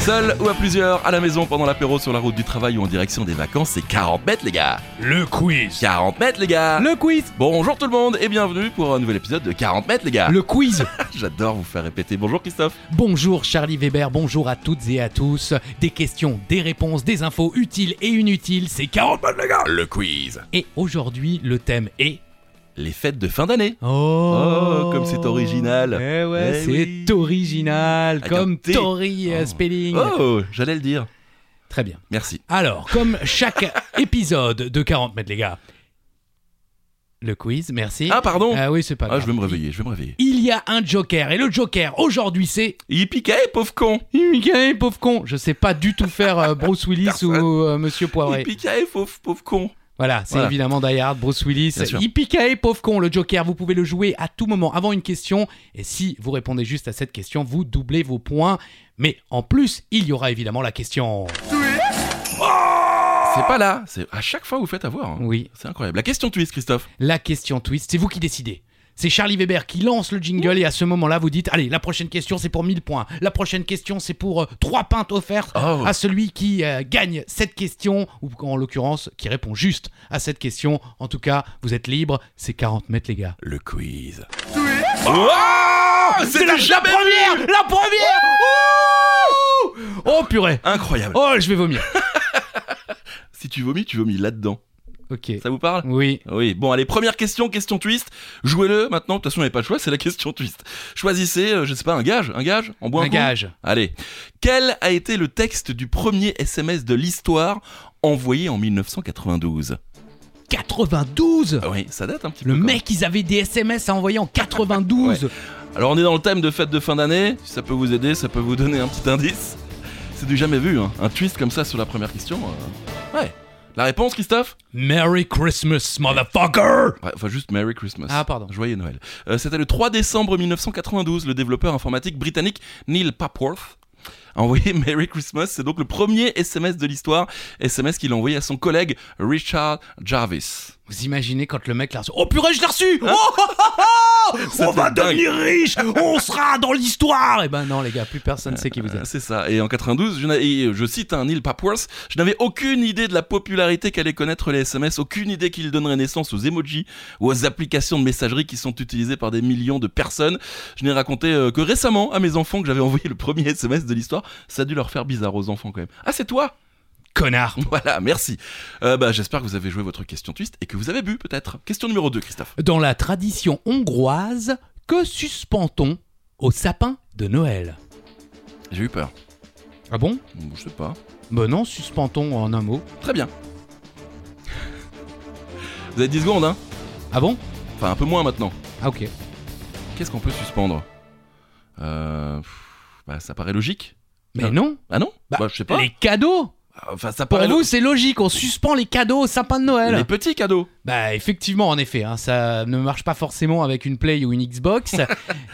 Seul ou à plusieurs, à la maison, pendant l'apéro, sur la route du travail ou en direction des vacances, c'est 40 mètres, les gars. Le quiz. 40 mètres, les gars. Le quiz Bonjour tout le monde et bienvenue pour un nouvel épisode de 40 mètres, les gars. Le quiz J'adore vous faire répéter. Bonjour Christophe. Bonjour Charlie Weber, bonjour à toutes et à tous. Des questions, des réponses, des infos utiles et inutiles, c'est 40 balles les gars Le quiz. Et aujourd'hui, le thème est... Les fêtes de fin d'année. Oh, Oh, comme c'est original. Eh ouais, Eh c'est oui. original, Avec un comme T. Tori euh, Oh. Spelling. Oh, j'allais le dire. Très bien. Merci. Alors, comme chaque épisode de 40 mètres les gars, le quiz, merci. Ah pardon. Ah oui, c'est pas Ah, je vais grave. me réveiller, je vais me réveiller. Il y a un joker, et le joker aujourd'hui c'est... Yippee-ki-yay, pauvre con. Michael, pauvre con, je sais pas du tout faire euh, Bruce Willis ou Personne. euh, Monsieur Poivré. Yippee-ki-yay, pauvre, pauvre con. Voilà, c'est Voilà. évidemment Die Hard, Bruce Willis. Bien sûr. Yippee pauvre con, le Joker, vous pouvez le jouer à tout moment avant une question. Et si vous répondez juste à cette question, vous doublez vos points. Mais en plus, il y aura évidemment la question. C'est pas là. C'est à chaque fois vous faites avoir. hein. Oui, C'est incroyable. La question twist, Christophe. la question twist, c'est vous qui décidez. C'est Charlie Weber qui lance le jingle et à ce moment-là, vous dites Allez, la prochaine question, c'est pour 1000 points. La prochaine question, c'est pour euh, trois pintes offertes Oh. à celui qui euh, gagne cette question, ou en l'occurrence, qui répond juste à cette question. En tout cas, vous êtes libre. C'est 40 mètres, les gars. Le quiz. Oh, C'était jamais vu La première Ouh Oh purée Incroyable. Oh, je vais vomir. Si tu vomis, tu vomis là-dedans. Ok. Ça vous parle Oui. Oui, bon, allez, première question, question twist. Jouez-le maintenant, de toute façon, vous n'avez pas le choix, c'est la question twist. Choisissez, euh, je sais pas, un gage, un gage, en bois un, Un coup gage. Allez. Quel a été le texte du premier SMS de l'histoire envoyé en 1992 92 Ah Oui, ça date un petit Le peu. quand mec, ils avaient des SMS à envoyer en 92 même. Alors, on est dans le thème de fête de fin d'année, si ça peut vous aider, ça peut vous donner un petit indice. C'est du jamais vu, hein. un twist comme ça sur la première question. euh, Ouais. La réponse, Christophe Merry Christmas, motherfucker Ouais, Enfin, juste Merry Christmas. Ah, pardon. Joyeux Noël. Euh, C'était le 3 décembre 1992. Le développeur informatique britannique Neil Papworth a envoyé Merry Christmas. C'est donc le premier SMS de l'histoire. SMS qu'il a envoyé à son collègue Richard Jarvis. Vous imaginez quand le mec l'a reçu Oh purée, je l'ai reçu Oh, oh, oh, oh On C'était va Hein dingue. devenir riche On sera dans l'histoire Eh ben non, les gars, plus personne ne sait qui vous Euh, êtes. C'est ça. Et en 92, je, n'a- et je cite un Neil Papworth, je n'avais aucune idée de la popularité qu'allaient connaître les SMS, aucune idée qu'ils donneraient naissance aux emojis ou aux applications de messagerie qui sont utilisées par des millions de personnes. Je n'ai raconté euh, que récemment à mes enfants que j'avais envoyé le premier SMS de l'histoire. Ça a dû leur faire bizarre aux enfants quand même. Ah, c'est toi Connard Voilà, merci. Euh, bah, J'espère que vous avez joué votre question twist et que vous avez bu peut-être. Question numéro 2, Christophe. Dans la tradition hongroise, que suspend-on au sapin de Noël J'ai eu peur. Ah bon Je sais pas. Ben non, suspend-on en un mot. Très bien. Vous avez 10 secondes, hein Ah bon Enfin, un peu moins maintenant. Ah ok. Qu'est-ce qu'on peut suspendre euh, pff, bah, Ça paraît logique. Mais Ah. non Ah non Bah, Je sais pas. Ah, Les cadeaux Enfin, ça Pour paraît vous, c'est logique, on suspend les cadeaux au sapin de lo- Noël Les petits cadeaux. Bah effectivement, en effet, hein, ça ne marche pas forcément avec une Play ou une Xbox.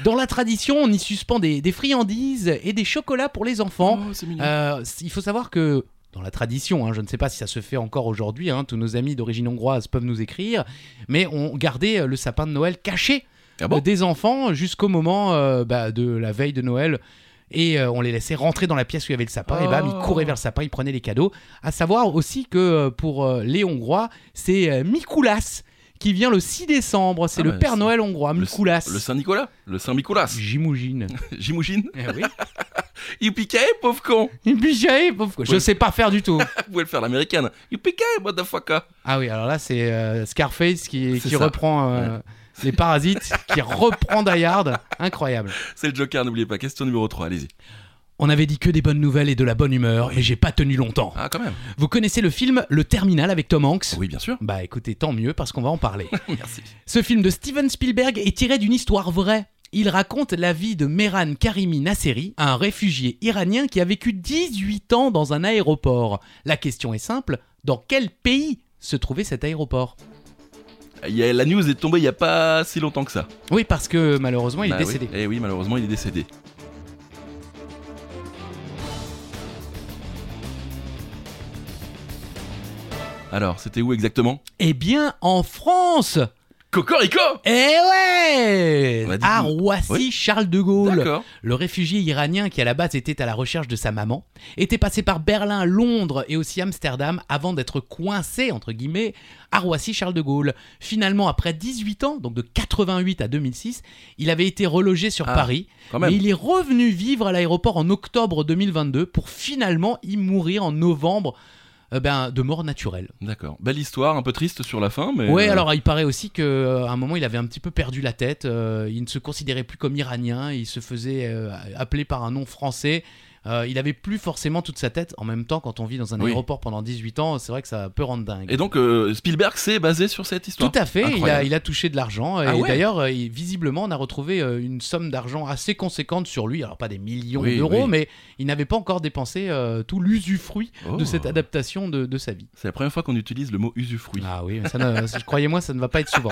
Dans la tradition, on y suspend des, des friandises et des chocolats pour les enfants. Oh, c'est mignon. Euh, c- il faut savoir que dans la tradition, hein, je ne sais pas si ça se fait encore aujourd'hui, hein, tous nos amis d'origine hongroise peuvent nous écrire, mais on gardait euh, le sapin de Noël caché Ah bon euh, des enfants jusqu'au moment euh, bah, de la veille de Noël. Et euh, on les laissait rentrer dans la pièce où il y avait le sapin, et bam, Oh. ils couraient vers le sapin, ils prenaient les cadeaux. À savoir aussi que euh, pour euh, les Hongrois, c'est euh, Mikoulas qui vient le 6 décembre. C'est Ah le bah, Père c'est- Noël hongrois, Mikoulas. Le Saint-Nicolas. Le Saint-Nicolas. J'imagine. J'imagine. Eh Euh, oui. Yippee-ki-yay, pauvre con. Et puis, j'avais- pauvre quoi. Je Oui. sais pas faire du tout. Vous pouvez le faire à l'américaine. Yippee-ki-yay, motherfucker. Ah oui, alors là, c'est euh, Scarface qui, C'est qui ça. reprend euh, les parasites, qui reprend Die Hard. Incroyable. C'est le Joker, n'oubliez pas. Question numéro 3, allez-y. On avait dit que des bonnes nouvelles et de la bonne humeur, et j'ai pas tenu longtemps. Ah, quand même. Vous connaissez le film Le Terminal avec Tom Hanks Oui, bien sûr. Bah écoutez, tant mieux parce qu'on va en parler. Merci. Ce film de Steven Spielberg est tiré d'une histoire vraie. Il raconte la vie de Mehran Karimi Nasseri, un réfugié iranien qui a vécu 18 ans dans un aéroport. La question est simple, dans quel pays se trouvait cet aéroport Il y a- la news est tombée il n'y a pas si longtemps que ça. Oui, parce que malheureusement, il Bah est oui. décédé. Eh oui, malheureusement, il est décédé. Alors, c'était où exactement Eh bien, en France Cocorico Eh ouais On a dit- À Roissy, Bah, Oui. Charles de Gaulle. D'accord. Le réfugié iranien qui à la base était à la recherche de sa maman était passé par Berlin, Londres et aussi Amsterdam avant d'être coincé, entre guillemets, à Roissy-Charles de Gaulle. Finalement, après 18 ans, donc de 88 à 2006, il avait été relogé sur Ah, Paris, Quand mais même. il est revenu vivre à l'aéroport en octobre 2022 pour finalement y mourir en novembre euh, ben, de mort naturelle. D'accord. Belle histoire, un peu triste sur la fin, mais. Ouais, euh, alors il paraît aussi qu'à un moment il avait un petit peu perdu la tête. euh, il ne se considérait plus comme iranien. Il se faisait euh, appeler par un nom français. euh, il avait plus forcément toute sa tête. En même temps, quand on vit dans un Oui. aéroport pendant 18 ans, c'est vrai que ça peut rendre dingue. Et donc, euh, Spielberg, c'est basé sur cette histoire. Tout à fait, il a, Incroyable. il a touché de l'argent. Ah et ouais d'ailleurs, euh, il- visiblement, on a retrouvé euh, une somme d'argent assez conséquente sur lui. Alors, pas des millions Oui, d'euros, oui. mais il n'avait pas encore dépensé euh, tout l'usufruit de Oh. cette adaptation de, de sa vie. C'est la première fois qu'on utilise le mot usufruit. Ah oui, mais ça ne- croyez-moi, ça ne va pas être souvent.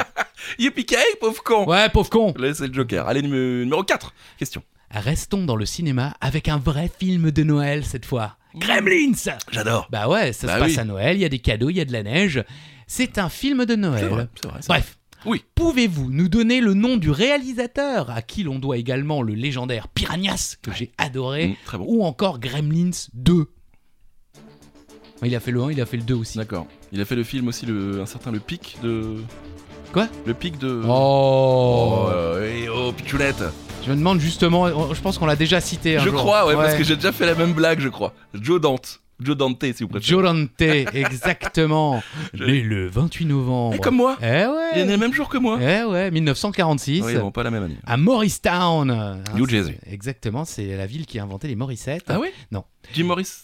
Yippee pauvre con Ah. Ouais, pauvre con Là, c'est le Joker. Allez, numéro, 4, question. Restons dans le cinéma avec un vrai film de Noël cette fois. Gremlins J'adore. Bah ouais, ça Bah se passe oui. à Noël, il y a des cadeaux, il y a de la neige. C'est un film de C'est vrai, Noël. c'est vrai. c'est vrai. Bref. Oui. Pouvez-vous nous donner le nom du réalisateur à qui l'on doit également le légendaire Piranhas que j'ai adoré Mm, très bon. ou encore Gremlins 2 Il a fait le 1, il a fait le 2 aussi. D'accord. Il a fait le film aussi, le, un certain Le Pic de. Quoi Le Pic de. Oh, Oh, eh, oh, Pichoulette Je me demande justement, je pense qu'on l'a déjà cité un Je jour. crois, ouais, parce que j'ai déjà fait la même blague, je crois. Joe Dante. Joe Dante, si vous préférez. Jolante, exactement. Je- Né le 28 novembre. Eh, comme moi Eh Il est né ouais. le même jour que moi Ah Eh ouais, 1946. Oui, bon, pas la même année. À Morristown. Hein, New c'est- Jersey. Exactement, c'est la ville qui a inventé les Morrisettes. Ah oui Non. Jim Morrison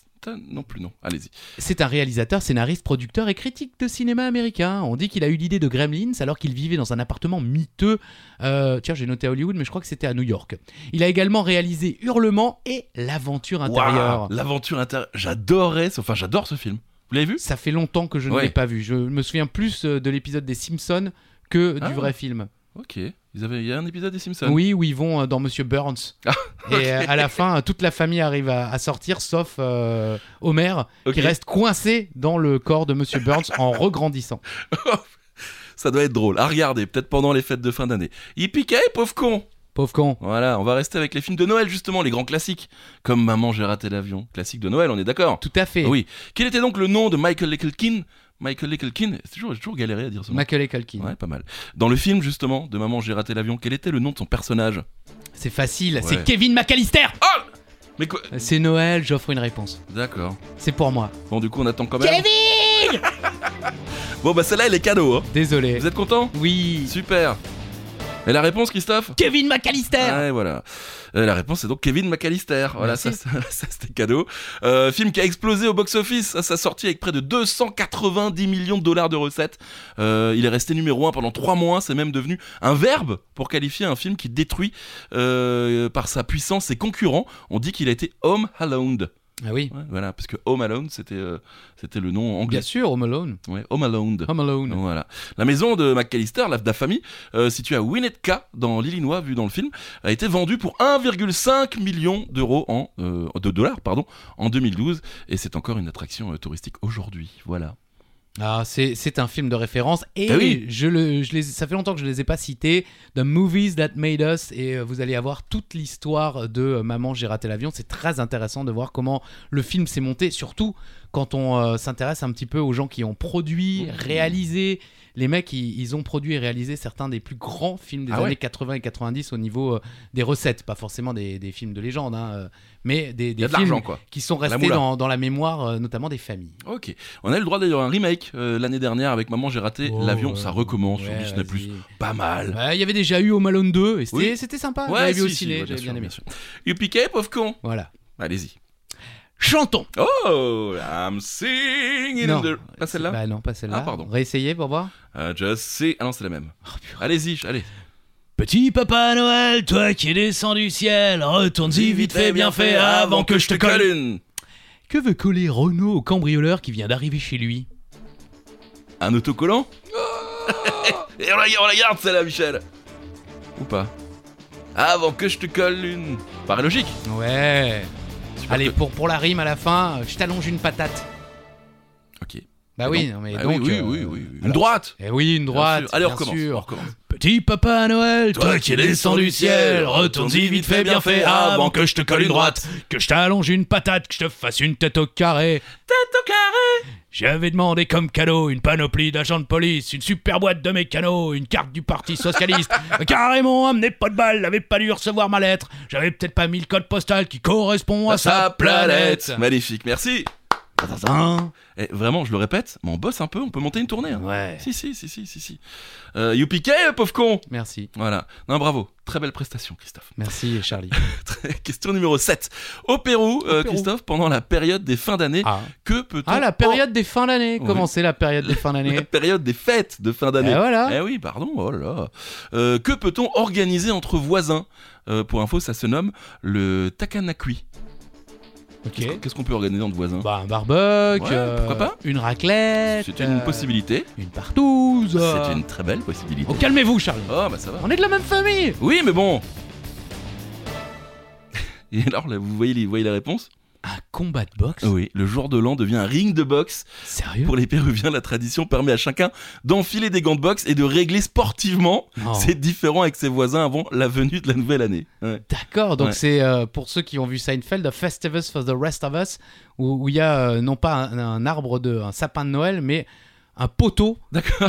Non plus, non. Allez-y. C'est un réalisateur, scénariste, producteur et critique de cinéma américain. On dit qu'il a eu l'idée de Gremlins alors qu'il vivait dans un appartement miteux. Euh, tiens, j'ai noté à Hollywood, mais je crois que c'était à New York. Il a également réalisé Hurlement et L'Aventure intérieure. Waouh, L'aventure intérieure. J'adorais ce... Enfin, j'adore ce film. Vous l'avez vu Ça fait longtemps que je ne Ouais. l'ai pas vu. Je me souviens plus euh, de l'épisode des Simpsons que Ah. du vrai film. Ok. Ils avaient... Il y a un épisode des Simpsons. Oui, où ils vont euh, dans Monsieur Burns. Ah, Et euh, à la fin, euh, toute la famille arrive à, à sortir, sauf euh, Homer, Ok. qui reste coincé dans le corps de Monsieur Burns en regrandissant. Ça doit être drôle. À regarder, peut-être pendant les fêtes de fin d'année. Yippee-ki-yay, pauvre con Pauvre con. Voilà, on va rester avec les films de Noël, justement, les grands classiques. Comme Maman, j'ai raté l'avion. Classique de Noël, on est d'accord Tout à fait. Oui. Quel était donc le nom de Michael Lickelkin Michael Lickelkin, c'est toujours, j'ai toujours galéré à dire ce nom. Macaulay Culkin. Ouais, pas mal. Dans le film, justement, de Maman, j'ai raté l'avion, quel était le nom de son personnage C'est facile. Ouais. C'est Kevin McAllister. Mais quoi C'est Noël. J'offre une réponse. D'accord. C'est pour moi. Bon, du coup, on attend quand même. Kevin. Bon, bah, celle-là, elle est cadeau. Hein. Désolé. Vous êtes content Oui. Super. Et la réponse, Christophe Kevin McAllister. Ouais, voilà. Euh, la réponse c'est donc Kevin McAllister. Voilà, ça, Merci. ça, ça, c'était cadeau. Euh, film qui a explosé au box-office à sa sortie avec près de 290 millions de dollars de recettes. Euh, il est resté numéro 1 pendant 3 mois. C'est même devenu un verbe pour qualifier un film qui détruit euh, par sa puissance ses concurrents. On dit qu'il a été Home Alone. Ah oui. Ouais, voilà, parce que Home Alone c'était euh, c'était le nom anglais. Bien sûr, Home Alone. Ouais, Home Alone. Home Alone. Voilà. La maison de McAllister, la, la famille, euh, située à Winnetka, dans l'Illinois, vu dans le film, a été vendue pour 1,5 million d'euros en euh, de dollars, pardon, en 2012, et c'est encore une attraction euh, touristique aujourd'hui. Voilà. Ah, c'est c'est un film de référence et Ah oui. je le, je les, ça fait longtemps que je les ai pas cités. The Movies That Made Us et euh, vous allez avoir toute l'histoire de euh, Maman j'ai raté l'avion. C'est très intéressant de voir comment le film s'est monté, surtout quand on euh, s'intéresse un petit peu aux gens qui ont produit, Mmh. réalisé. Les mecs, ils, ils ont produit et réalisé certains des plus grands films des Ah ouais. années 80 et 90 au niveau euh, des recettes, pas forcément des, des films de légende, hein, euh, mais des, Il y des a de l'argent, films quoi. qui sont La restés moula. dans, dans la mémoire, euh, notamment des familles. Ok. On a eu le droit d'ailleurs à un remake euh, l'année dernière avec Maman, j'ai raté Oh, l'avion. ouais. Ça recommence Ouais, sur Disney+. vas-y. Pas mal. Ouais, Bah, il y avait déjà eu Home Alone 2 et c'était Oui. c'était sympa. Ouais, J'avais si, vu au si, ciné, ouais, bien j'avais sûr, bien aimé. bien sûr. Yupiquet, pauvre con. Voilà. Allez-y. Chantons. Oh, I'm singing in Non. the... Pas celle-là Bah non, pas celle-là. Ah, pardon. Réessayez pour voir. Ah, Just see... Ah non, c'est la même. Oh, Allez-y, allez. Petit papa Noël, toi qui descends du ciel, retourne-y vite fait, bien fait, avant que je te colle. une. Que veut coller Renault au cambrioleur qui vient d'arriver chez lui Un autocollant Oh. Et on la, on la garde celle-là, Michel Ou pas Avant que je te colle une. Paraît logique. Ouais. Super Allez, que- pour, pour la rime à la fin, je t'allonge une patate. Ok. Bah oui, non, mais Ah donc. oui, oui, euh, oui, oui, oui. Une alors- droite Eh oui, une Bien droite. sûr. Allez, on bien recommence. sûr. on recommence. Petit papa Noël, Toi qui descends du ciel, retourne-y vite fait, bien fait, avant que je te colle une droite, que je t'allonge une patate, que je te fasse une tête au carré. Tête au carré J'avais demandé comme cadeau une panoplie d'agents de police, une super boîte de mécanos, une carte du Parti Socialiste. Carrément, amené pas de balle, n'avait pas dû recevoir ma lettre. J'avais peut-être pas mis le code postal qui correspond à sa planète. Magnifique, merci Tadadin. Eh, Vraiment, je le répète, mais on bosse un peu, on peut monter une tournée. hein. Ouais. Si, si, si, si, si, si. Euh, Youpiquet, euh, pauvre con Merci, Voilà. Non, bravo. Très belle prestation, Christophe. merci Charlie. Très- Question numéro 7. Au Pérou, euh, Pérou. Christophe, pendant la période des fins d'année, Ah, que peut-on... Ah, la période des fins d'année. Oui. Comment c'est la période des fins Oh, La d'année période des fêtes de fin d'année. Eh voilà. Eh oui, pardon, oh là là. Euh, que peut-on organiser entre voisins Euh, Pour info, ça se nomme le takanakui. Qu'est-ce qu'on- Ok. Qu'est-ce qu'on peut organiser entre voisins Bah, un barbecue, Ouais, euh, pourquoi pas une raclette, C'est une euh, possibilité. une partouze. C'est une très belle possibilité. Oh, calmez-vous, Charlie. Oh, bah ça va. On est de la même famille. Oui, mais bon. Et alors, là, vous voyez, les- vous voyez la réponse Un combat de boxe Oui, le jour de l'an devient un ring de boxe. Sérieux Pour les Péruviens, la tradition permet à chacun d'enfiler des gants de boxe et de régler sportivement Non. ses différends avec ses voisins avant la venue de la nouvelle année. Ouais. D'accord, donc Ouais. c'est euh, pour ceux qui ont vu Seinfeld, Festivus for the Rest of Us, où où il y a euh, non pas un, un arbre de un sapin de Noël, mais un poteau,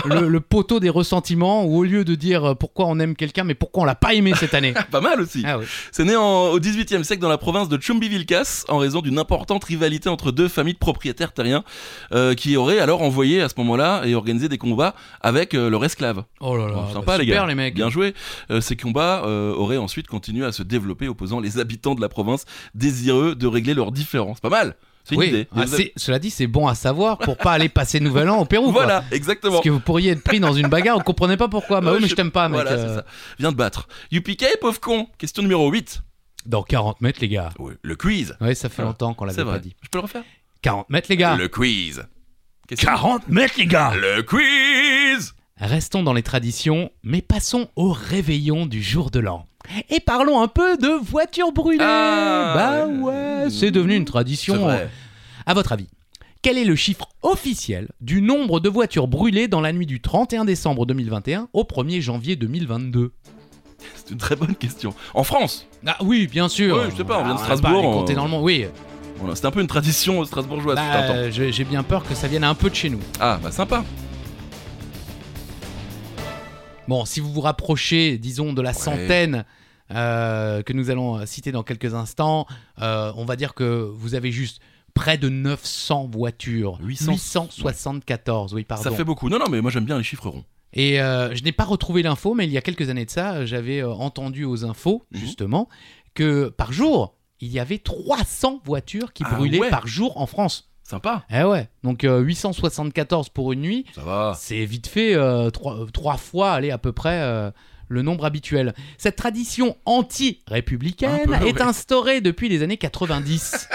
le, le poteau des ressentiments, où au lieu de dire euh, pourquoi on aime quelqu'un, mais pourquoi on l'a pas aimé cette année. Pas mal aussi. ah oui. C'est né en- au XVIIIe siècle dans la province de Chumbivilcas en raison d'une importante rivalité entre deux familles de propriétaires terriens euh, qui auraient alors envoyé à ce moment-là et organisé des combats avec euh, leurs esclaves. Oh là là, Bon, bah, sympa, les super gars. les mecs. Bien joué. Euh, ces combats euh, auraient ensuite continué à se développer, opposant les habitants de la province désireux de régler leurs différends. C'est Pas mal. C'est une Oui. idée. Ah, c'est- cela dit, c'est bon à savoir pour pas aller passer Nouvel An au Pérou. quoi. Voilà, exactement. Parce que vous pourriez être pris dans une bagarre, on comprenait pas pourquoi. Bah Euh, oui, mais je- je t'aime pas, mec. Voilà, euh, c'est ça. Viens te battre. Yupiquet, pauvre con. Question numéro 8. Dans 40 mètres, les gars. Oui, le quiz. Ouais, ça fait Ah, longtemps qu'on C'est l'avait vrai. pas dit. Je peux le refaire 40 mètres, les gars. Le quiz. Question- 40 mètres, les gars Le quiz Restons dans les traditions, mais passons au réveillon du jour de l'an. Et parlons un peu de voitures brûlées. Ah, bah euh, ouais, c'est devenu une C'est tradition. vrai. À votre avis, quel est le chiffre officiel du nombre de voitures brûlées dans la nuit du 31 décembre 2021 au 1er janvier 2022 C'est une très bonne question. En France, Ah oui, bien sûr. Ouais, je sais pas, on vient de Ah, Strasbourg, pas à les compter on- dans le monde. Oui, Voilà, c'était un peu une tradition strasbourgeoise. bah, fut un temps. euh, je- j'ai bien peur que ça vienne un peu de chez nous. Ah, bah sympa. Bon, si vous vous rapprochez, disons, de la centaine euh, que nous allons euh, citer dans quelques instants, euh, on va dire que vous avez juste près de 900 voitures. 800. 874, oui, pardon. Ça fait beaucoup. Non, non, mais moi j'aime bien les chiffres ronds. Et euh, je n'ai pas retrouvé l'info, mais il y a quelques années de ça, euh, j'avais euh, entendu aux infos, Mhm. justement, que par jour, il y avait 300 voitures qui Ah brûlaient ouais. par jour en France. Sympa. Eh ouais, donc euh, 874 pour une nuit, Ça va. c'est vite fait euh, trois, euh, trois fois, allez, à peu près euh, le nombre habituel. Cette tradition anti-républicaine Un peu, est ouais. instaurée depuis les années 90.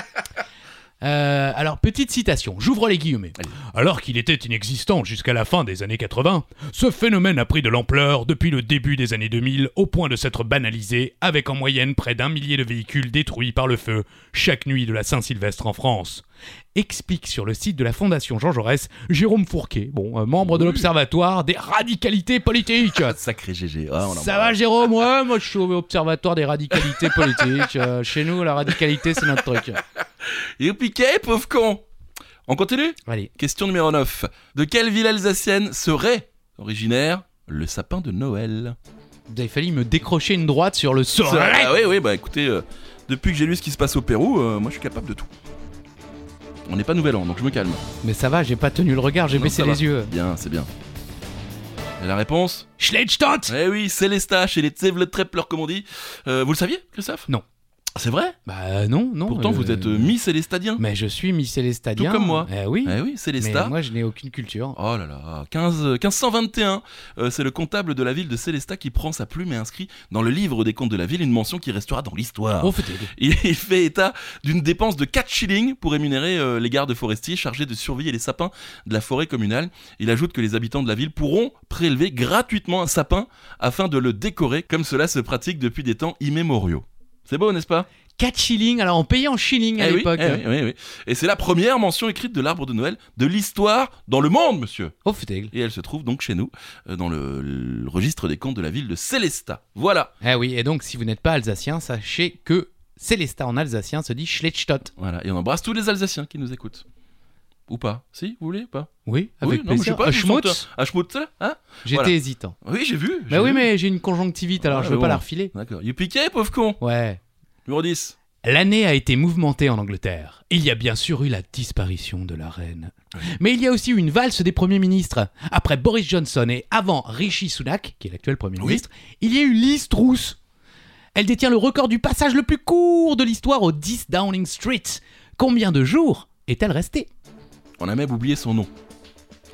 Euh, alors, petite citation, j'ouvre les guillemets. Alors qu'il était inexistant jusqu'à la fin des années 80, ce phénomène a pris de l'ampleur depuis le début des années 2000 au point de s'être banalisé avec en moyenne près d'un millier de véhicules détruits par le feu chaque nuit de la Saint-Sylvestre en France. Explique sur le site de la Fondation Jean Jaurès Jérôme Fourquet, bon, euh, membre de l'Observatoire des radicalités politiques. Sacré GG. Ah, on Ça l'embrasse. va Jérôme Ouais, moi je suis au observatoire des radicalités politiques. Euh, chez nous, la radicalité, c'est notre truc. Et piqué, pauvre con. On continue Allez, Question numéro 9. De quelle ville alsacienne serait originaire le sapin de Noël vous avez failli me décrocher une droite sur le sol. Ah, oui, oui, bah écoutez, euh, depuis que j'ai lu ce qui se passe au Pérou, euh, moi je suis capable de tout. On n'est pas nouvel an, donc je me calme. Mais ça va, j'ai pas tenu le regard, j'ai Non, baissé ça les va. yeux. Bien, c'est bien. Et la réponse Schlechstadt Eh oui, Célesta chez les Tsevle Trepler, comme on dit. Euh, vous le saviez, Christophe Non. C'est vrai Bah non, non. Pourtant, euh, vous êtes euh, mi-célestadien. Mais je suis Miss Célestadien. Tout comme moi. Eh oui. Eh oui, Célesta. mais moi, je n'ai aucune culture. Oh là là, 15, euh, 1521, euh, c'est le comptable de la ville de Célesta qui prend sa plume et inscrit dans le livre des comptes de la ville une mention qui restera dans l'histoire. Oh, fait- Il, il fait état d'une dépense de 4 shillings pour rémunérer euh, les gardes forestiers chargés de surveiller les sapins de la forêt communale. Il ajoute que les habitants de la ville pourront prélever gratuitement un sapin afin de le décorer comme cela se pratique depuis des temps immémoriaux. C'est beau, n'est-ce pas 4 shillings, alors on payait en shillings à Eh oui, l'époque. eh oui, oui, oui. Et c'est la première mention écrite de l'arbre de Noël de l'histoire dans le monde, monsieur. Oh putain. Et elle se trouve donc chez nous, euh, dans le, le registre des contes de la ville de Célestat. Voilà. Eh oui, et donc si vous n'êtes pas alsacien, sachez que Célestat en alsacien se dit Schlechtott. voilà. Et on embrasse tous les Alsaciens qui nous écoutent. Ou pas Si, vous voulez ou pas Oui, avec Oui, non, mais je sais plaisir. pas. Ah, je me Schmutz, sens- Ah, Schmutz, là, hein j'étais voilà. hésitant. Oui, j'ai vu. j'ai Bah oui, vu. mais j'ai une conjonctivite, alors Ah, je veux mais pas bon. la refiler. D'accord. You piqué, pauvre con Ouais. Numéro 10. L'année a été mouvementée en Angleterre. Il y a bien sûr eu la disparition de la reine. Mais il y a aussi eu une valse des premiers ministres. Après Boris Johnson et avant Rishi Sunak, qui est l'actuel premier Oui. ministre, il y a eu Liz Truss. Elle détient le record du passage le plus court de l'histoire au 10 Downing Street. Combien de jours est-elle restée On a même oublié son nom.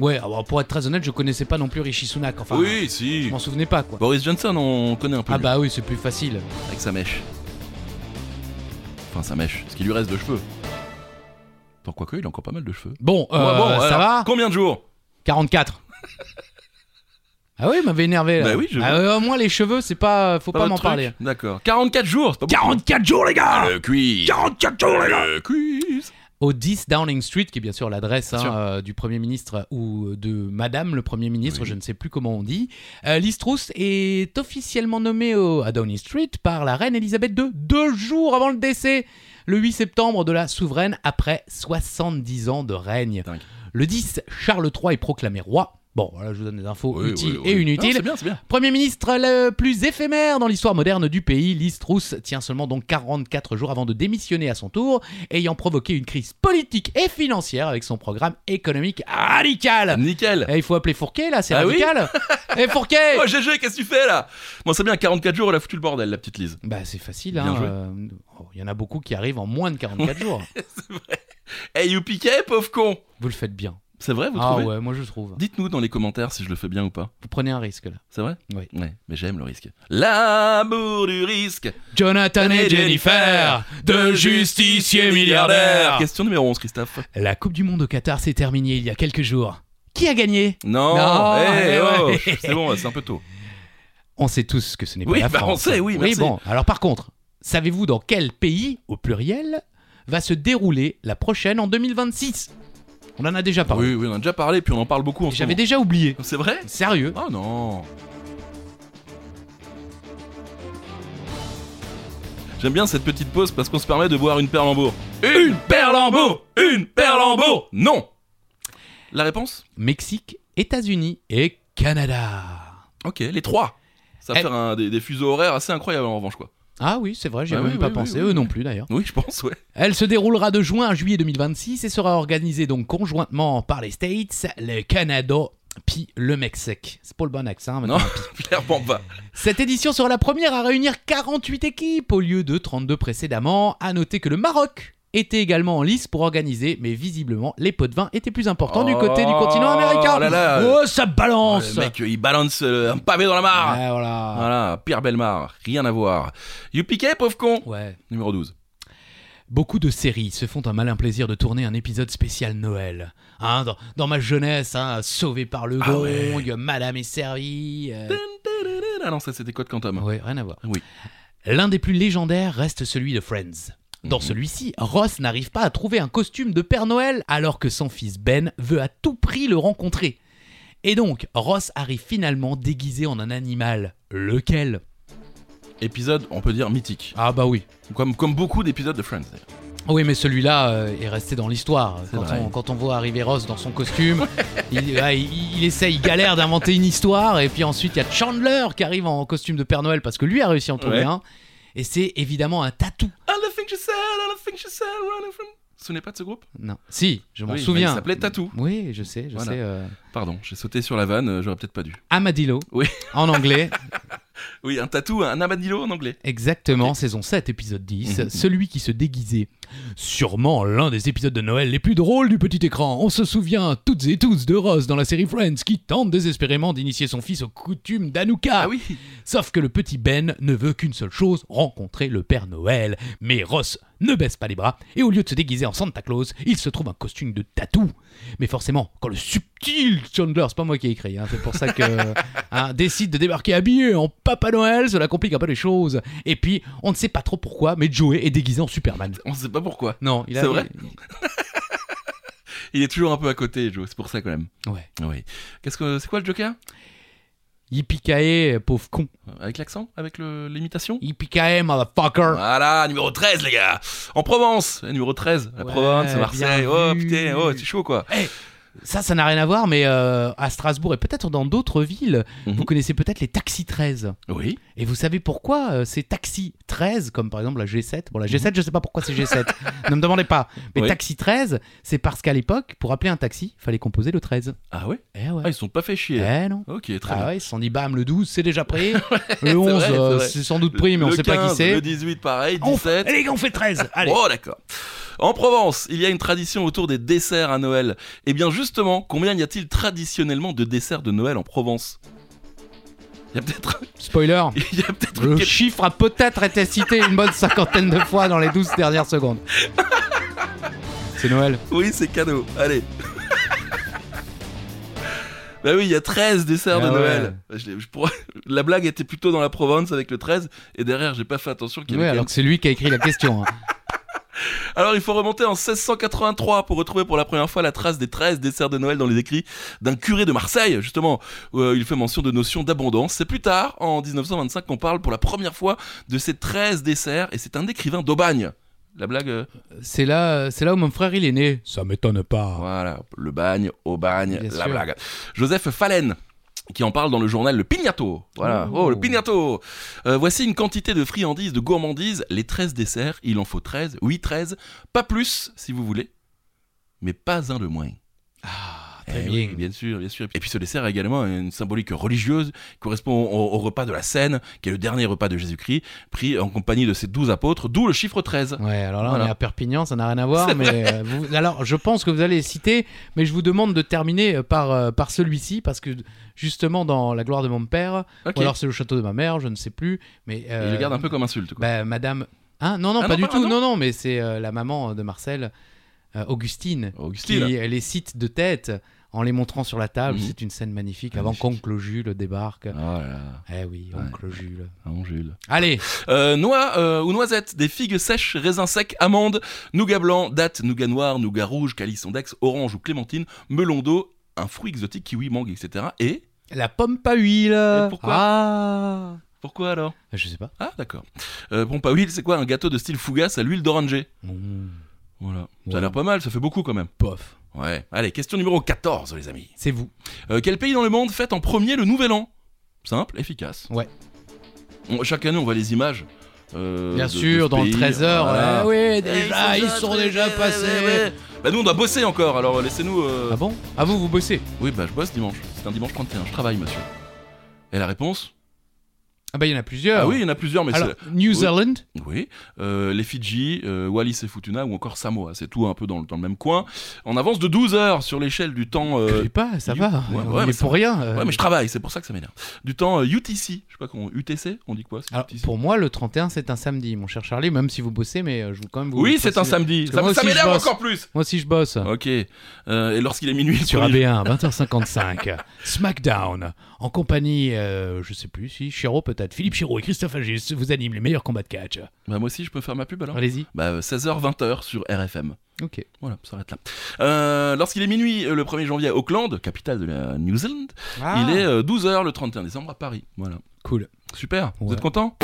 Ouais, alors, pour être très honnête, je connaissais pas non plus Rishi Sunak. Enfin, oui, si. je m'en souvenais pas quoi. Boris Johnson, on connaît un peu Ah lui, bah oui, c'est plus facile. avec sa mèche. Enfin, sa mèche, ce qui lui reste de cheveux. Enfin, quoique, il a encore pas mal de cheveux. Bon, euh, Ouais, bon, ça alors, va Combien de jours 44. ah oui, il m'avait énervé. Là. Bah oui, je Ah, euh, moi, les cheveux, c'est pas. euh, Faut pas, votre m'en truc parler. D'accord. 44 jours, c'est pas beaucoup. 44 jours, les gars Le quiz 44 jours, Le quiz Au 10 Downing Street, qui est bien sûr l'adresse Bien hein, sûr. euh, du Premier ministre ou de Madame le Premier ministre, Oui. je ne sais plus comment on dit, euh, Liz Truss est officiellement nommée au, à Downing Street par la reine Elisabeth II deux jours avant le décès, le 8 septembre de la souveraine après 70 ans de règne. Dingue. Le 10, Charles III est proclamé roi. Bon, voilà, je vous donne des infos Oui, oui, utiles oui. Oh, et Non, inutiles. C'est bien, c'est bien. Premier ministre le plus éphémère dans l'histoire moderne du pays, Liz Truss tient seulement donc 44 jours avant de démissionner à son tour, ayant provoqué une crise politique et financière avec son programme économique radical. Nickel. Eh, il faut appeler Fourquet là, c'est Ah oui radical. Eh Fourquet Oh, GG, qu'est-ce que tu fais là Bon, c'est bien, 44 jours, elle a foutu le bordel, la petite Lise. Bah c'est facile, Bien hein, joué. euh, oh, il y en a beaucoup qui arrivent en moins de 44 jours. Eh, you piqué, pauvre con Vous le faites bien. C'est vrai, vous ah trouvez ouais, moi je trouve. Dites-nous dans les commentaires si je le fais bien ou pas. Vous prenez un risque là. C'est vrai Oui. Ouais, mais j'aime le risque. L'amour du risque Jonathan et Jennifer, deux justiciers milliardaires. Question numéro 11, Christophe. La Coupe du Monde au Qatar s'est terminée il y a quelques jours. Qui a gagné Non, Non, eh, eh oh, ouais. C'est bon, c'est un peu tôt. On sait tous que ce n'est pas Oui, la bah, on France. sait, oui, merci. bon. Alors par contre, savez-vous dans quel pays, au pluriel, va se dérouler la prochaine en 2026 On en a déjà parlé. Oui, oui, on en a déjà parlé, puis on en parle beaucoup en ce J'avais moment. déjà oublié. C'est vrai Sérieux Oh non J'aime bien cette petite pause parce qu'on se permet de boire une perlambour. Une perlambour Une perlambour Non La réponse Mexique, États-Unis et Canada. Ok, les trois Ça va Elle- faire un- des, des fuseaux horaires assez incroyables en revanche, quoi. Ah oui, c'est vrai, j'y Ah avais oui, même oui, pas oui, pensé, oui, eux oui. non plus d'ailleurs. Oui, je pense, ouais. Elle se déroulera de juin à juillet 2026 et sera organisée donc conjointement par les States, le Canada puis le Mexique. C'est pas le bon accent maintenant. Non, clairement pas. Cette édition sera la première à réunir 48 équipes au lieu de 32 précédemment. À noter que le Maroc était également en lice pour organiser, mais visiblement les pots de vin étaient plus importants du côté du Oh continent américain. là là. Oh, ça balance. le mec, il balance euh, un pavé dans la mare Ouais, voilà. Voilà, Pierre Belmar, rien à voir. You piqué, pauvre con Ouais. Numéro 12. Beaucoup de séries se font un malin plaisir de tourner un épisode spécial Noël. Hein, dans, dans ma jeunesse, hein, Sauvé par le Ah gong, ouais. Madame est servie. euh, Ah non, ça c'était Code Quantum. Ouais, rien à voir. Oui. L'un des plus légendaires reste celui de Friends. Dans Mhm. celui-ci, Ross n'arrive pas à trouver un costume de Père Noël alors que son fils Ben veut à tout prix le rencontrer. Et donc, Ross arrive finalement déguisé en un animal. Lequel Épisode, on peut dire mythique. Ah bah oui. Comme, comme beaucoup d'épisodes de Friends. d'ailleurs. Oui, mais celui-là euh, est resté dans l'histoire. C'est Quand vrai. on, quand on voit arriver Ross dans son costume, il, ouais, il- il essaye, il galère d'inventer une histoire. Et puis ensuite, il y a Chandler qui arrive en costume de Père Noël parce que lui a réussi à en trouver Ouais. un. Et c'est évidemment un tatou. All the things you said, all the things you said, running from- Vous vous souvenez pas de ce groupe Non. Si, je m'en Oui, souviens. Il s'appelait Tatou. Oui, je sais, je Voilà. sais. euh, Pardon, j'ai sauté sur la vanne, euh, j'aurais peut-être pas dû. Amadillo, Oui. en anglais, Oui, un tatou, un amadillo en anglais. exactement, saison 7, épisode 10, Mhm. celui qui se déguisait. Sûrement l'un des épisodes de Noël les plus drôles du petit écran. On se souvient toutes et tous de Ross dans la série Friends qui tente désespérément d'initier son fils aux coutumes d'Anouka. Ah oui Sauf que le petit Ben ne veut qu'une seule chose, rencontrer le Père Noël. Mais Ross ne baisse pas les bras, et au lieu de se déguiser en Santa Claus, il se trouve un costume de tatou. Mais forcément, quand le subtil Chandler, c'est pas moi qui ai écrit, hein, c'est pour ça que hein, décide de débarquer habillé en Papa Noël, cela complique un peu les choses. Et puis, on ne sait pas trop pourquoi, mais Joey est déguisé en Superman. On sait pas pourquoi. Non, il a. C'est vrai Il est toujours un peu à côté, Joe. C'est pour ça quand même. Ouais. Oui. Qu'est-ce que c'est quoi le Joker Yippee euh, pauvre con. Avec l'accent, avec le- l'imitation Yippee motherfucker. Voilà, numéro 13 les gars. En Provence, Eh, numéro 13, la Ouais, Provence, Marseille. bien Oh vu. putain, oh, c'est chaud quoi. Ça, ça n'a rien à voir, mais euh, à Strasbourg et peut-être dans d'autres villes, Mhm. vous connaissez peut-être les taxis 13. Oui. Et vous savez pourquoi euh, ces taxis 13, comme par exemple la G7, bon la G7 je sais pas pourquoi c'est G7, ne me demandez pas, mais Mhm. Oui. taxi 13, c'est parce qu'à l'époque, pour appeler un taxi, fallait composer le 13. Ah ouais Eh ouais. Ah, ils se sont pas fait chier. Eh non. Ok, très Ah bien. ouais, ils se sont dit bam, le 12 c'est déjà pris, le 11 vrai, c'est euh, vrai. c'est sans doute pris, mais on Le sait pas qui 15, Le c'est. 18 pareil, On- 17. Eh, les gars, on fait 13, allez. Oh d'accord. En Provence, il y a une tradition autour des desserts à Noël. Et bien justement, combien y a-t-il traditionnellement de desserts de Noël en Provence Il y a peut-être Spoiler, il y a peut-être le quelque- chiffre a peut-être été cité une bonne cinquantaine de fois dans les 12 dernières secondes. C'est Noël. Oui, c'est cadeau. Allez. Bah oui, il y a 13 desserts de Ah ouais. Noël. Bah, Je l'ai- je pourrais- La blague était plutôt dans la Provence avec le 13, et derrière, j'ai pas fait attention qu'il y Ouais, avait alors que c'est lui qui a écrit la question. hein. Alors il faut remonter en 1683 pour retrouver pour la première fois la trace des 13 desserts de Noël dans les écrits d'un curé de Marseille, justement, où euh, il fait mention de notions d'abondance. C'est plus tard, en 1925, qu'on parle pour la première fois de ces 13 desserts, et c'est un écrivain d'Aubagne. La blague euh, C'est là, c'est là où mon frère il est né. Ça m'étonne pas. Voilà, le bagne, Aubagne, Bien la sûr. blague. Joseph Fallen qui en parle dans le journal Le Pignato. Voilà. Oh. Oh, le Pignato Euh, Voici une quantité de friandises, de gourmandises, les 13 desserts, il en faut 13, oui 13, pas plus si vous voulez, mais pas un de moins. Ah, très Eh bien. oui, bien sûr, bien sûr. Et puis ce dessert a également une symbolique religieuse qui correspond au, au repas de la Seine, qui est le dernier repas de Jésus-Christ, pris en compagnie de ses douze apôtres, d'où le chiffre 13. Ouais, alors là Voilà. on est à Perpignan, ça n'a rien à voir. Mais euh, vous- alors je pense que vous allez les citer, mais je vous demande de terminer euh, par euh, par celui-ci parce que justement dans La gloire de mon père, Ok. ou alors c'est le château de ma mère, je ne sais plus. Mais Et euh, Il le garde un peu comme insulte. Quoi. bah, Madame. Hein non non Ah pas non, du pas- tout. ah non. non non, mais c'est euh, la maman de Marcel, euh, Augustine, Augustine. qui les cite de tête en les montrant sur la table. Mhm. C'est une scène magnifique, avant Magnifique. qu'Oncle Jules débarque. Oh là là, Eh oui, Ouais. Oncle Jules. mon Jules. Allez, Euh, noix euh, ou noisettes, des figues sèches, raisins secs, amandes, nougat blanc, dattes, nougat noir, nougat rouge, calisson d'ex, orange ou clémentine, melon d'eau, un fruit exotique, kiwi, mangue, etc. Et la pompe à huile. Et pourquoi ah pourquoi alors Je sais pas. Ah d'accord. Euh, pompe à huile, c'est quoi un gâteau de style fougasse à l'huile d'oranger Voilà. Ça a Ouais. l'air pas mal, ça fait beaucoup quand même. Pof. Ouais. Allez, question numéro 14 les amis. C'est vous. Euh, quel pays dans le monde fête en premier le nouvel an Simple, efficace. Ouais. On- chaque année on voit les images. euh, Bien de- de sûr, ce dans le pays. 13 heures. Voilà. ouais, oui, Eh, déjà, ils sont déjà passés. Bah nous on doit bosser encore, alors laissez-nous... euh, Ah bon Ah vous, vous bossez Oui bah je bosse dimanche, c'est un dimanche 31, je travaille monsieur. Et la réponse Ah bah il y en a plusieurs. Ah oui, il y en a plusieurs, mais Alors, New oui. Zealand, c'est... Oui, euh, les Fidji, euh, Wallis et Futuna ou encore Samoa, c'est tout un peu dans, le- dans le même coin. On avance de 12 heures sur l'échelle du temps... je euh, sais pas, ça you- va. Ouais, on ouais, y mais est ça- pour rien. euh. Ouais mais je travaille, c'est pour ça que ça m'énerve. Du temps euh, UTC, je sais pas qu'on... UTC, on dit quoi c'est Alors, UTC? pour moi, le 31, c'est un samedi, mon cher Charlie, même si vous bossez, mais euh, je vous quand même vous. Oui c'est un samedi, Parce que ça, moi ça aussi, je m'énerve bosse. encore plus Moi aussi, je bosse. Ok, Euh, et lorsqu'il est minuit... Sur le premier AB1, 20h55, SmackDown, en compagnie, euh, je sais plus si, Chiro peut-être, Philippe Chiro et Christophe Agis vous animent les meilleurs combats de catch. jour- Bah moi aussi je peux faire ma pub alors Allez-y. Bah 16h-20h sur RFM. Ok. Voilà, ça s'arrête là. Euh, Lorsqu'il est minuit euh, le 1er janvier à Auckland, capitale de la New Zealand, Ah. Ah. il est 12h le 31 décembre à Paris. Voilà. cool. Super, vous Ouais. êtes contents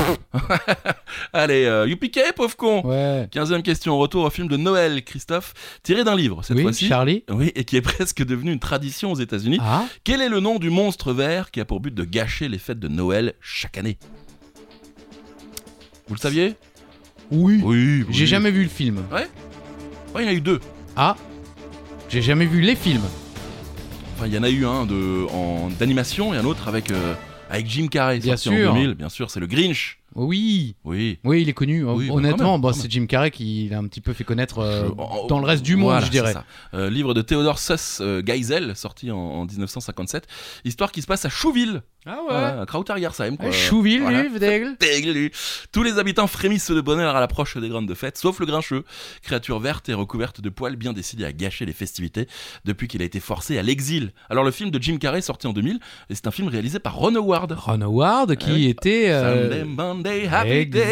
Allez, euh, youpiquet, pauvre con Ouais. 15 e question, retour au film de Noël, Christophe, tiré d'un livre cette oui, fois-ci. Charlie. Oui, et qui est presque devenu une tradition aux États-Unis. Ah, Quel est le nom du monstre vert qui a pour but de gâcher les fêtes de Noël chaque année Vous le saviez oui. Oui, J'ai jamais vu le film. Ouais, il y en a eu deux. Ah, j'ai jamais vu les films. Enfin, il y en a eu un de en d'animation et un autre avec euh, avec Jim Carrey Bien sorti sûr. en 2000. Bien sûr, c'est le Grinch. Oui, Oui. oui, il est connu. Oui, bah, quand Honnêtement, même, bah, quand c'est Jim Carrey qui l'a un petit peu fait connaître euh, Je- dans le reste du monde, Voilà, je dirais. c'est ça. Euh, livre de Theodore Suss euh, Geisel, sorti en, en 1957. Histoire qui se passe à Chouville, Ah voilà, à Krauter-Gersheim. Euh, quoi. Chouville, Voilà. lui, Vdaigle. Téglu. Tous les habitants frémissent de bonheur à l'approche des grandes fêtes, sauf le grincheux, créature verte et recouverte de poils bien décidée à gâcher les festivités depuis qu'il a été forcé à l'exil. Alors le film de Jim Carrey sorti en 2000, et c'est un film réalisé par Ron Howard. Ron Howard qui Ah oui. était. euh, Sunday, Monday, happy day.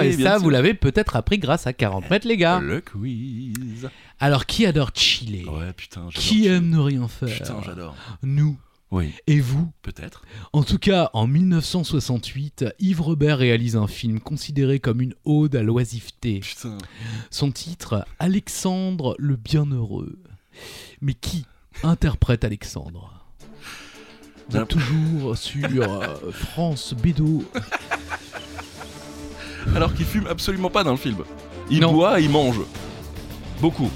Eh oui, et bien ça sûr. vous l'avez peut-être appris grâce à 40 mètres les gars. Le quiz. Alors qui adore chiller Ouais, putain, j'adore. Qui aime ne rien faire Putain, j'adore. Nous Oui, et vous peut-être. En tout cas, en 1968, Yves Robert réalise un film considéré comme une ode à l'oisiveté. Putain. Son titre, Alexandre le Bienheureux. Mais qui interprète Alexandre On est Yep. Toujours sur euh, France Bédo. Alors qu'il fume absolument pas dans le film. Il Non. boit, il mange. Beaucoup.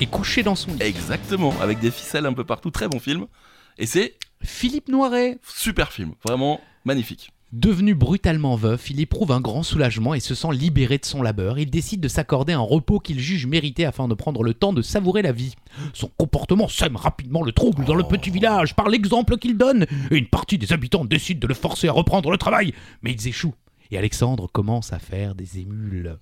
Et couché dans son lit. Exactement, avec des ficelles un peu partout. Très bon film. Et c'est Philippe Noiret. super film, vraiment magnifique. Devenu brutalement veuf, il éprouve un grand soulagement et se sent libéré de son labeur. Il décide de s'accorder un repos qu'il juge mérité afin de prendre le temps de savourer la vie. Son comportement sème rapidement le trouble dans le Oh. petit village par l'exemple qu'il donne. Et une partie des habitants décide de le forcer à reprendre le travail, mais ils échouent. Et Alexandre commence à faire des émules.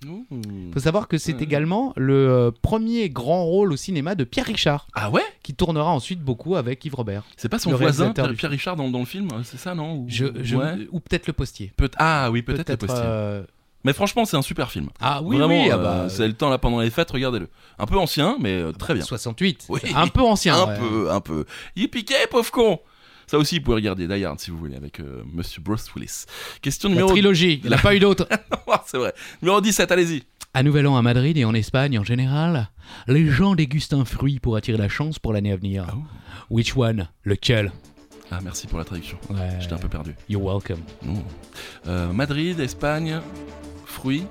Faut savoir que c'est Ouais. également le euh, premier grand rôle au cinéma de Pierre Richard, Ah ouais qui tournera ensuite beaucoup avec Yves Robert. C'est pas son Le voisin réalisateur Pierre, du Pierre Richard dans, dans le film, c'est ça non Ou- Je- je- Ouais. Ou peut-être le postier. Peut- ah oui, peut-être le postier. euh, Mais franchement, c'est un super film. Ah oui, Vraiment, oui, ah euh, bah, c'est le temps là pendant les fêtes, regardez-le. Un peu ancien, mais euh, très bien. 68. Oui. Un peu ancien. un ouais. peu, un peu. Il piquait, pauvre con. Ça aussi, vous pouvez regarder Die Hard si vous voulez avec euh, Monsieur Bruce Willis. Question La numéro Ah, trilogie, il n'a pas eu d'autre. c'est vrai. Numéro 17, allez-y. À Nouvel An à Madrid et en Espagne en général, les gens dégustent un fruit pour attirer la chance pour l'année à venir. Ah Which one Lequel Ah merci pour la traduction. Euh. ouais. J'étais un peu perdu. You're welcome. Non. Euh, Madrid, Espagne, fruits.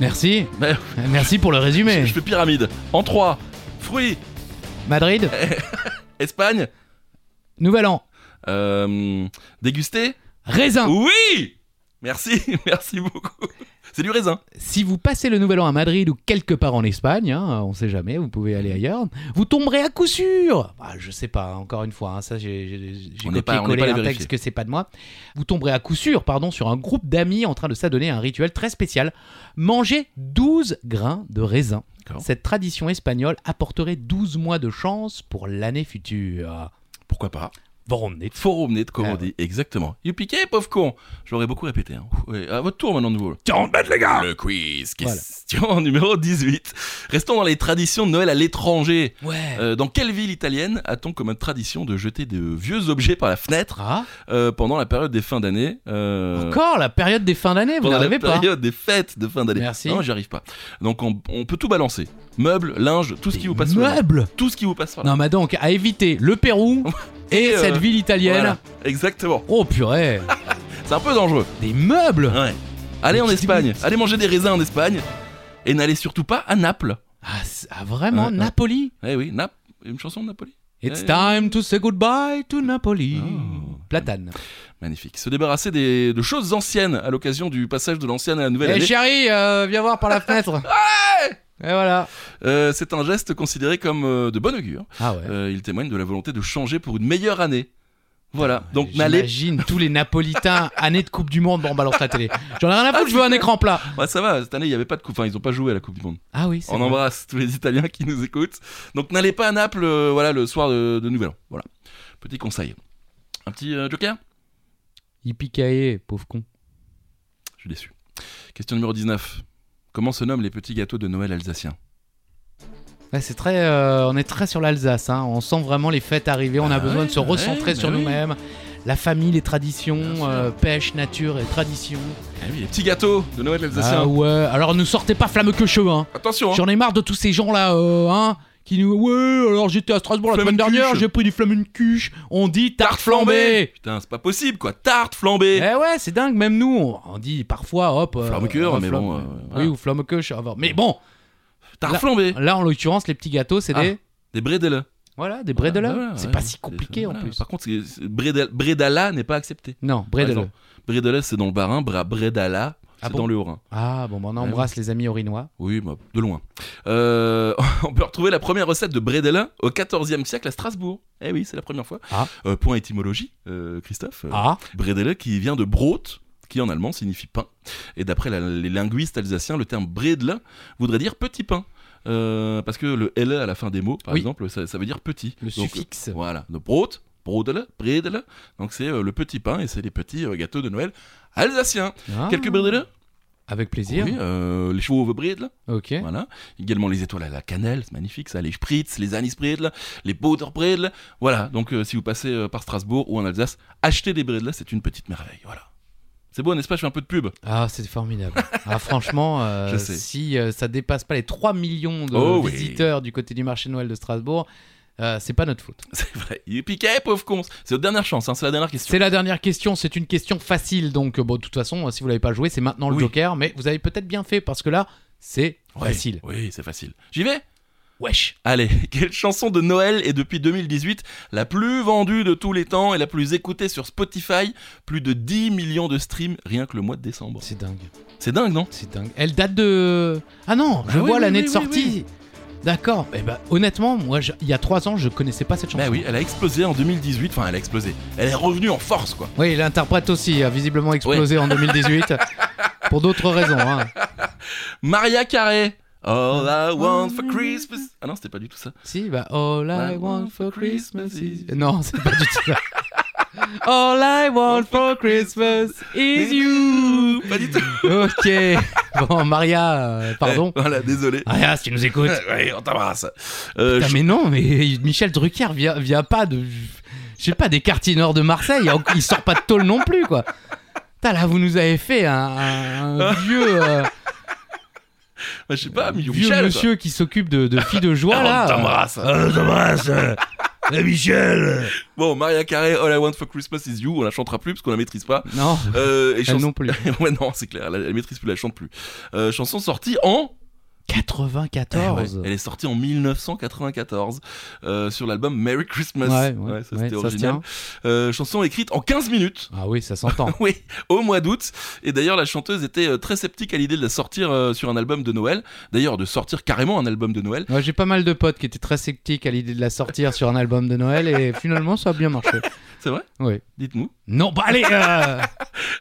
Merci. Mais- Merci pour le résumé. Je, je fais pyramide. En 3, fruits, Madrid, Espagne, Nouvel An, euh, déguster. Ah. raisin. Oui Merci, merci beaucoup. C'est du raisin. Si vous passez le Nouvel An à Madrid ou quelque part en Espagne, hein, on sait jamais, vous pouvez aller ailleurs, vous tomberez à coup sûr. Ah, je sais pas, hein, encore une fois, hein, ça j'ai- j'ai j'ai On n'est pas- on n'est pas copié-collé allé un vérifier. texte que c'est pas de moi. Vous tomberez à coup sûr, pardon, sur un groupe d'amis en train de s'adonner à un rituel très spécial. Manger 12 grains de raisin. D'accord. Cette tradition espagnole apporterait 12 mois de chance pour l'année future. Pourquoi pas Bon, et- Forum net, comme Ah on dit, exactement. You piqué, pauvre con J'aurais beaucoup répété. hein. Ouais, à votre tour maintenant de vous. les gars Le quiz, Voilà. question numéro 18. Restons dans les traditions de Noël à l'étranger. Ouais. Euh, dans quelle ville italienne a-t-on comme tradition de jeter de vieux objets par la fenêtre Ah, euh, pendant la période des fins d'année euh, encore la période des fins d'année, vous pendant la n'arrivez pas. période des fêtes de fin d'année. Merci. Non, j'y arrive pas. Donc on, on peut tout balancer. Meubles, linge, tout ce qui vous passe sous la main. Meubles Tout ce qui vous passe par là. Non, mais donc, à éviter le Pérou et, Et, euh, cette ville italienne. Voilà, exactement. Oh purée, C'est un peu dangereux. des meubles Ouais. Allez en Mais qu'est-ce Espagne, que- allez manger des raisins en Espagne. Et n'allez surtout pas à Naples. Ah, c- ah, vraiment, Ouais, ouais. Napoli Eh oui, Naples. Une chanson de Napoli It's Ouais. time to say goodbye to Napoli. Oh. Platane. Magnifique. Se débarrasser des, de choses anciennes à l'occasion du passage de l'ancienne à la Eh nouvelle année. chérie, euh, viens voir par la fenêtre. Et voilà. Euh, c'est un geste considéré comme euh, de bon augure. Ah ouais. Euh, il témoigne de la volonté de changer pour une meilleure année. Voilà. Donc n'allez J'imagine tous les Napolitains, année de Coupe du Monde, bon, on balance la télé. J'en ai rien à foutre, je veux un écran plat. Ouais, ça va, cette année, il n'y avait pas de coupe. Enfin, ils n'ont pas joué à la Coupe du Monde. Ah oui, c'est On vrai. embrasse tous les Italiens qui nous écoutent. Donc, n'allez pas à Naples euh, voilà, le soir de, de Nouvel An. Voilà. Petit conseil. Un petit euh, joker Yippee-ki-yay, pauvre con. Je suis déçu. Question numéro 19. Comment se nomment les petits gâteaux de Noël alsaciens Ouais, c'est très, euh, on est très sur l'Alsace, hein. on sent vraiment les fêtes arriver, on a Ah besoin ouais, de se recentrer ouais, sur bah oui. nous-mêmes. La famille, les Bien traditions, sûr. euh, pêche, nature et tradition. Ah oui, les petits gâteaux de Noël alsaciens. Ah ouais, alors ne sortez pas flamme que cheveux, hein. Attention, hein. J'en ai marre de tous ces gens-là, euh, hein, qui nous. Ouais, alors j'étais à Strasbourg la semaine Flamencuche. dernière, j'ai pris du flamencuche. On dit tarte flambée. Putain, c'est pas possible quoi. Tarte flambée. Eh ouais, c'est dingue, même nous, on- on dit parfois, hop. euh, Flammekuchen, euh, mais bon, euh, Oui, voilà. ou flamme que cheveux. Mais bon, Tarte Eh, là- flambée. là en l'occurrence, les petits gâteaux, c'est Ah. des. Des bredele. Voilà, des bredelers. Voilà, c'est ouais, pas ouais, si c'est- compliqué en voilà. plus. Par contre, c'est- c'est- Bredal- Bredala n'est pas accepté. Non, par bredele. exemple. Bredela, c'est dans le Bas-Rhin, Bra- Bredala, Ah c'est bon dans le Haut-Rhin. Ah bon, bah, on embrasse les amis orinois. Oui, bah, de loin. Euh, on peut retrouver la première recette de Bredela au XIVe siècle à Strasbourg. Eh oui, c'est la première fois. Ah. Euh, point étymologie, euh, Christophe. Ah, Bredele qui vient de Brot, qui en allemand signifie pain. Et d'après la- les linguistes alsaciens, le terme Bredle voudrait dire petit pain. Euh, parce que le L à la fin des mots, par Oui. exemple, ça, ça veut dire petit. le Donc, suffixe. euh, Voilà, le Brot, Brodele, Bredele. Donc c'est euh, le petit pain et c'est les petits euh, gâteaux de Noël alsaciens. Ah, Quelques Bredele Avec plaisir. Oui, euh, les chevaux au Bredele. Ok. Voilà. Également les étoiles à la cannelle, c'est magnifique ça. Les spritz, les anis bredel, les powder bredel. Voilà. Donc euh, si vous passez euh, par Strasbourg ou en Alsace, achetez des bredel, c'est une petite merveille. Voilà. C'est beau, n'est-ce pas Je fais un peu de pub. Ah, c'est formidable. ah, franchement, euh, Je sais. si euh, ça dépasse pas les 3 millions de Oh oui. visiteurs du côté du marché de Noël de Strasbourg, euh, c'est pas notre faute. C'est vrai. Il est piqué, pauvre cons. C'est votre dernière chance, hein, c'est la dernière question. C'est la dernière question, c'est une question facile donc euh, bon de toute façon si vous l'avez pas joué c'est maintenant le Oui. joker mais vous avez peut-être bien fait parce que là c'est Ouais. facile. Oui, c'est facile. J'y vais Wesh. Allez, quelle chanson de Noël est depuis 2018 la plus vendue de tous les temps et la plus écoutée sur Spotify Plus de 10 millions de streams rien que le mois de décembre. C'est dingue, C'est dingue, non c'est dingue. Elle date de Ah non, je Bah oui, vois oui, l'année oui, de oui, sortie. D'accord. Eh ben honnêtement, moi je- il y a trois ans, je connaissais pas cette chanson. Bah oui, elle a explosé en 2018. Enfin, elle a explosé. Elle est revenue en force, quoi. Oui, l'interprète aussi a visiblement explosé en 2018 pour d'autres raisons hein. Maria Carré. All I want for Christmas. Ah non, c'était pas du tout ça. Si, bah All I want for Christmas is Non, c'est pas du tout ça. All I want for Christmas is you. Pas du tout. Ok. Bon, Maria, euh, pardon. Eh, voilà, désolé. Maria, si tu nous écoutes. Ouais, on t'embrasse. Euh, Putain, je- mais non, mais Michel Drucker vient, vient pas de. Je sais pas, des quartiers nord de Marseille. Il sort pas de tôle non plus, quoi. Putain, là, vous nous avez fait un, un- un vieux, euh, je sais pas, Michel. vieux quoi. monsieur qui s'occupe de, de filles de joie, Ah, on là. t'embrasse. Eh, Michel Bon, Maria Carré, All I want for Christmas is you. On la chantera plus parce qu'on la maîtrise pas. Non, Euh, et elle chanson- non plus. ouais, non, c'est clair. Elle, elle maîtrise plus, elle chante plus. Euh, chanson sortie en. Eh ouais, 94. Elle est sortie en 1994 euh, sur l'album Merry Christmas. Ouais, ouais, Ouais, ça ouais, c'était ça se original. tient. Euh, chanson écrite en 15 minutes. Ah oui, ça s'entend. Oui, au mois d'août. Et d'ailleurs, la chanteuse était euh, très sceptique à l'idée de la sortir euh, sur un album de Noël. D'ailleurs, de sortir carrément un album de Noël. Ouais, J'ai pas mal de potes qui étaient très sceptiques à l'idée de la sortir sur un album de Noël et finalement ça a bien marché. C'est vrai Oui. Dites-nous. Non, bah allez euh,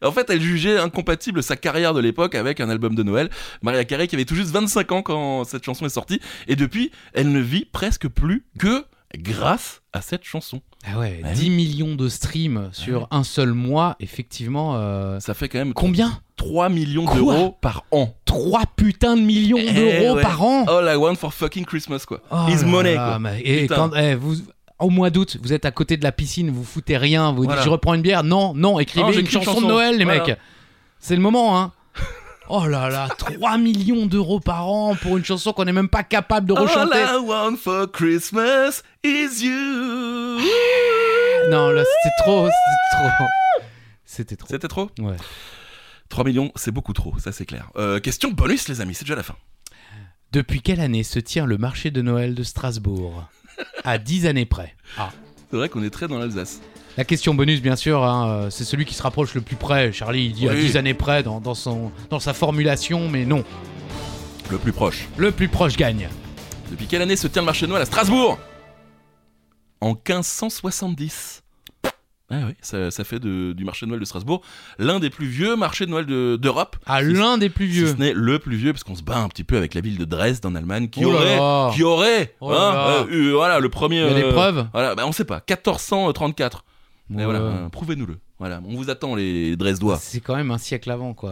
En fait, elle jugeait incompatible sa carrière de l'époque avec un album de Noël. Maria Carey, qui avait tout juste 25 ans quand cette chanson est sortie. Et depuis, elle ne vit presque plus que grâce à cette chanson. Ah ouais, Ouais. 10 millions de streams sur un seul mois, effectivement. euh, Ça fait quand même Combien 3 millions Quoi d'euros par an. 3 putains de millions Eh d'euros ouais. par an All I want for fucking Christmas, quoi. Oh Is là money, là, quoi. mais- Et Putain. quand eh, vous. Au mois d'août, vous êtes à côté de la piscine, vous foutez rien, vous Voilà. dites je reprends une bière. Non, non, écrivez Non, une j'écris une chanson, de chanson. Noël, les Voilà. mecs. C'est le moment, hein. Oh là là, 3 millions d'euros par an pour une chanson qu'on n'est même pas capable Oh de rechanter. All I want for Christmas is you. Non, là, c'était trop, c'était trop. C'était trop. C'était trop Ouais. 3 millions, c'est beaucoup trop, ça c'est clair. Euh, question bonus, les amis, c'est déjà la fin. Depuis quelle année se tient le marché de Noël de Strasbourg À 10 années près. C'est vrai qu'on est très dans l'Alsace. La question bonus, bien sûr, hein, euh, c'est celui qui se rapproche le plus près. Charlie, il dit à Oui. 10 années près dans, dans son, dans sa formulation, mais non. Le plus proche. Le plus proche gagne. Depuis quelle année se tient le marché de Noël à Strasbourg En 1570. Ah oui, ça, ça fait de- du marché de Noël de Strasbourg l'un des plus vieux marchés de Noël de- d'Europe. À Si- l'un des plus si vieux. ce n'est le plus vieux, parce qu'on se bat un petit peu avec la ville de Dresde en Allemagne, qui Oh là aurait, là. qui aurait, Oh là hein, là. euh, eu, voilà, le premier. Il y a des euh, preuves Oh Voilà, bah on sait pas. 1434. Mais Ouais. voilà, euh, prouvez-nous-le. Voilà, on vous attend les Dresdois. C'est quand même un siècle avant, quoi.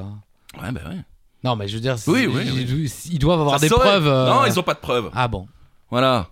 Ouais, bah ouais. Non, mais je veux dire, c'est- Oui, oui, ils, ils doivent avoir Ça des saurait. preuves. euh, Non, ils ont pas de preuves. Ah bon. Voilà.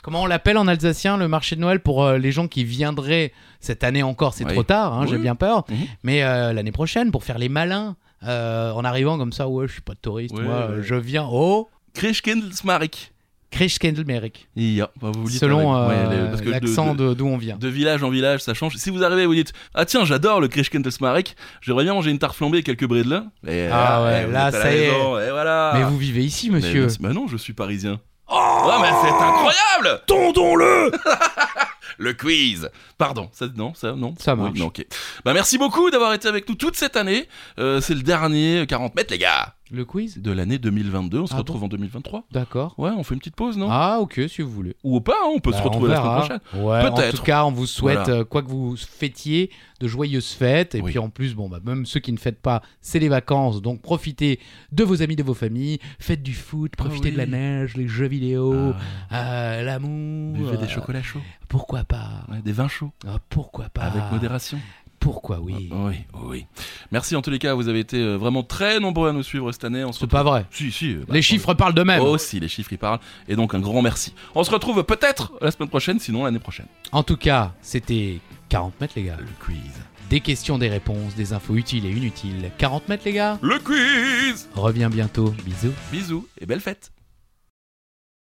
Comment on l'appelle en alsacien le marché de Noël pour euh, les gens qui viendraient cette année encore C'est Oui. trop tard, hein, Oui. j'ai bien peur. Mhm. Mais euh, l'année prochaine, pour faire les malins, euh, en arrivant comme ça, ouais, je suis pas touriste, Ouais, moi, euh, ouais. je viens au Krishkindlsmarik. Krishkendlmerik, Il y a. Bah, vous dites selon avec- euh, ouais, les- parce que de- l'accent de, de- d'où on vient. de village en village, ça change. Si vous arrivez, vous dites Ah tiens, j'adore le Krishkentelsmarek, j'aimerais bien manger une tarte flambée et quelques bredela. Et eh, Ah ouais, vous là, êtes à la ça y est. maison, Et voilà. Mais vous vivez ici, Ah. Mais monsieur. non, c'est- bah non, je suis parisien. Oh, mais c'est incroyable Tondons-le Le quiz Pardon, ça, non, ça, non Ça Oui, marche. non, ok. Bah, merci beaucoup d'avoir été avec nous toute cette année. Euh, c'est le dernier 40 mètres, les gars, Le quiz de l'année 2022. On se Ah retrouve en 2023. D'accord. Ouais, on fait une petite pause, non Ah, ok, si vous voulez. Ou pas, hein, on peut se Bah, retrouver on la semaine verra. prochaine. Ouais, en Peut-être. tout cas, on vous souhaite, Voilà. euh, quoi que vous fêtiez, de joyeuses fêtes. Et Oui. puis en plus, bon, bah, même ceux qui ne fêtent pas, c'est les vacances. Donc profitez de vos amis, de vos familles. Faites du foot, profitez Ah oui. de la neige, les jeux vidéo, euh, l'amour. Ah, Buvez euh, des chocolats chauds, Pourquoi pas ouais, des vins chauds, Ah, Pourquoi pas avec modération. Pourquoi oui Ah, oui, oui. Merci en tous les cas, vous avez été euh, vraiment très nombreux à nous suivre cette année. On se C'est pas vrai. retrouve- Si, si. euh, bah, Les chiffres parlent d'eux-mêmes. Aussi, les chiffres, ils parlent. Et donc, un grand merci. On se retrouve peut-être la semaine prochaine, sinon l'année prochaine. En tout cas, c'était 40 mètres, les gars. Le quiz. Des questions, des réponses, des infos utiles et inutiles. 40 mètres, les gars. Le quiz Reviens bientôt. Bisous. Bisous et belle fête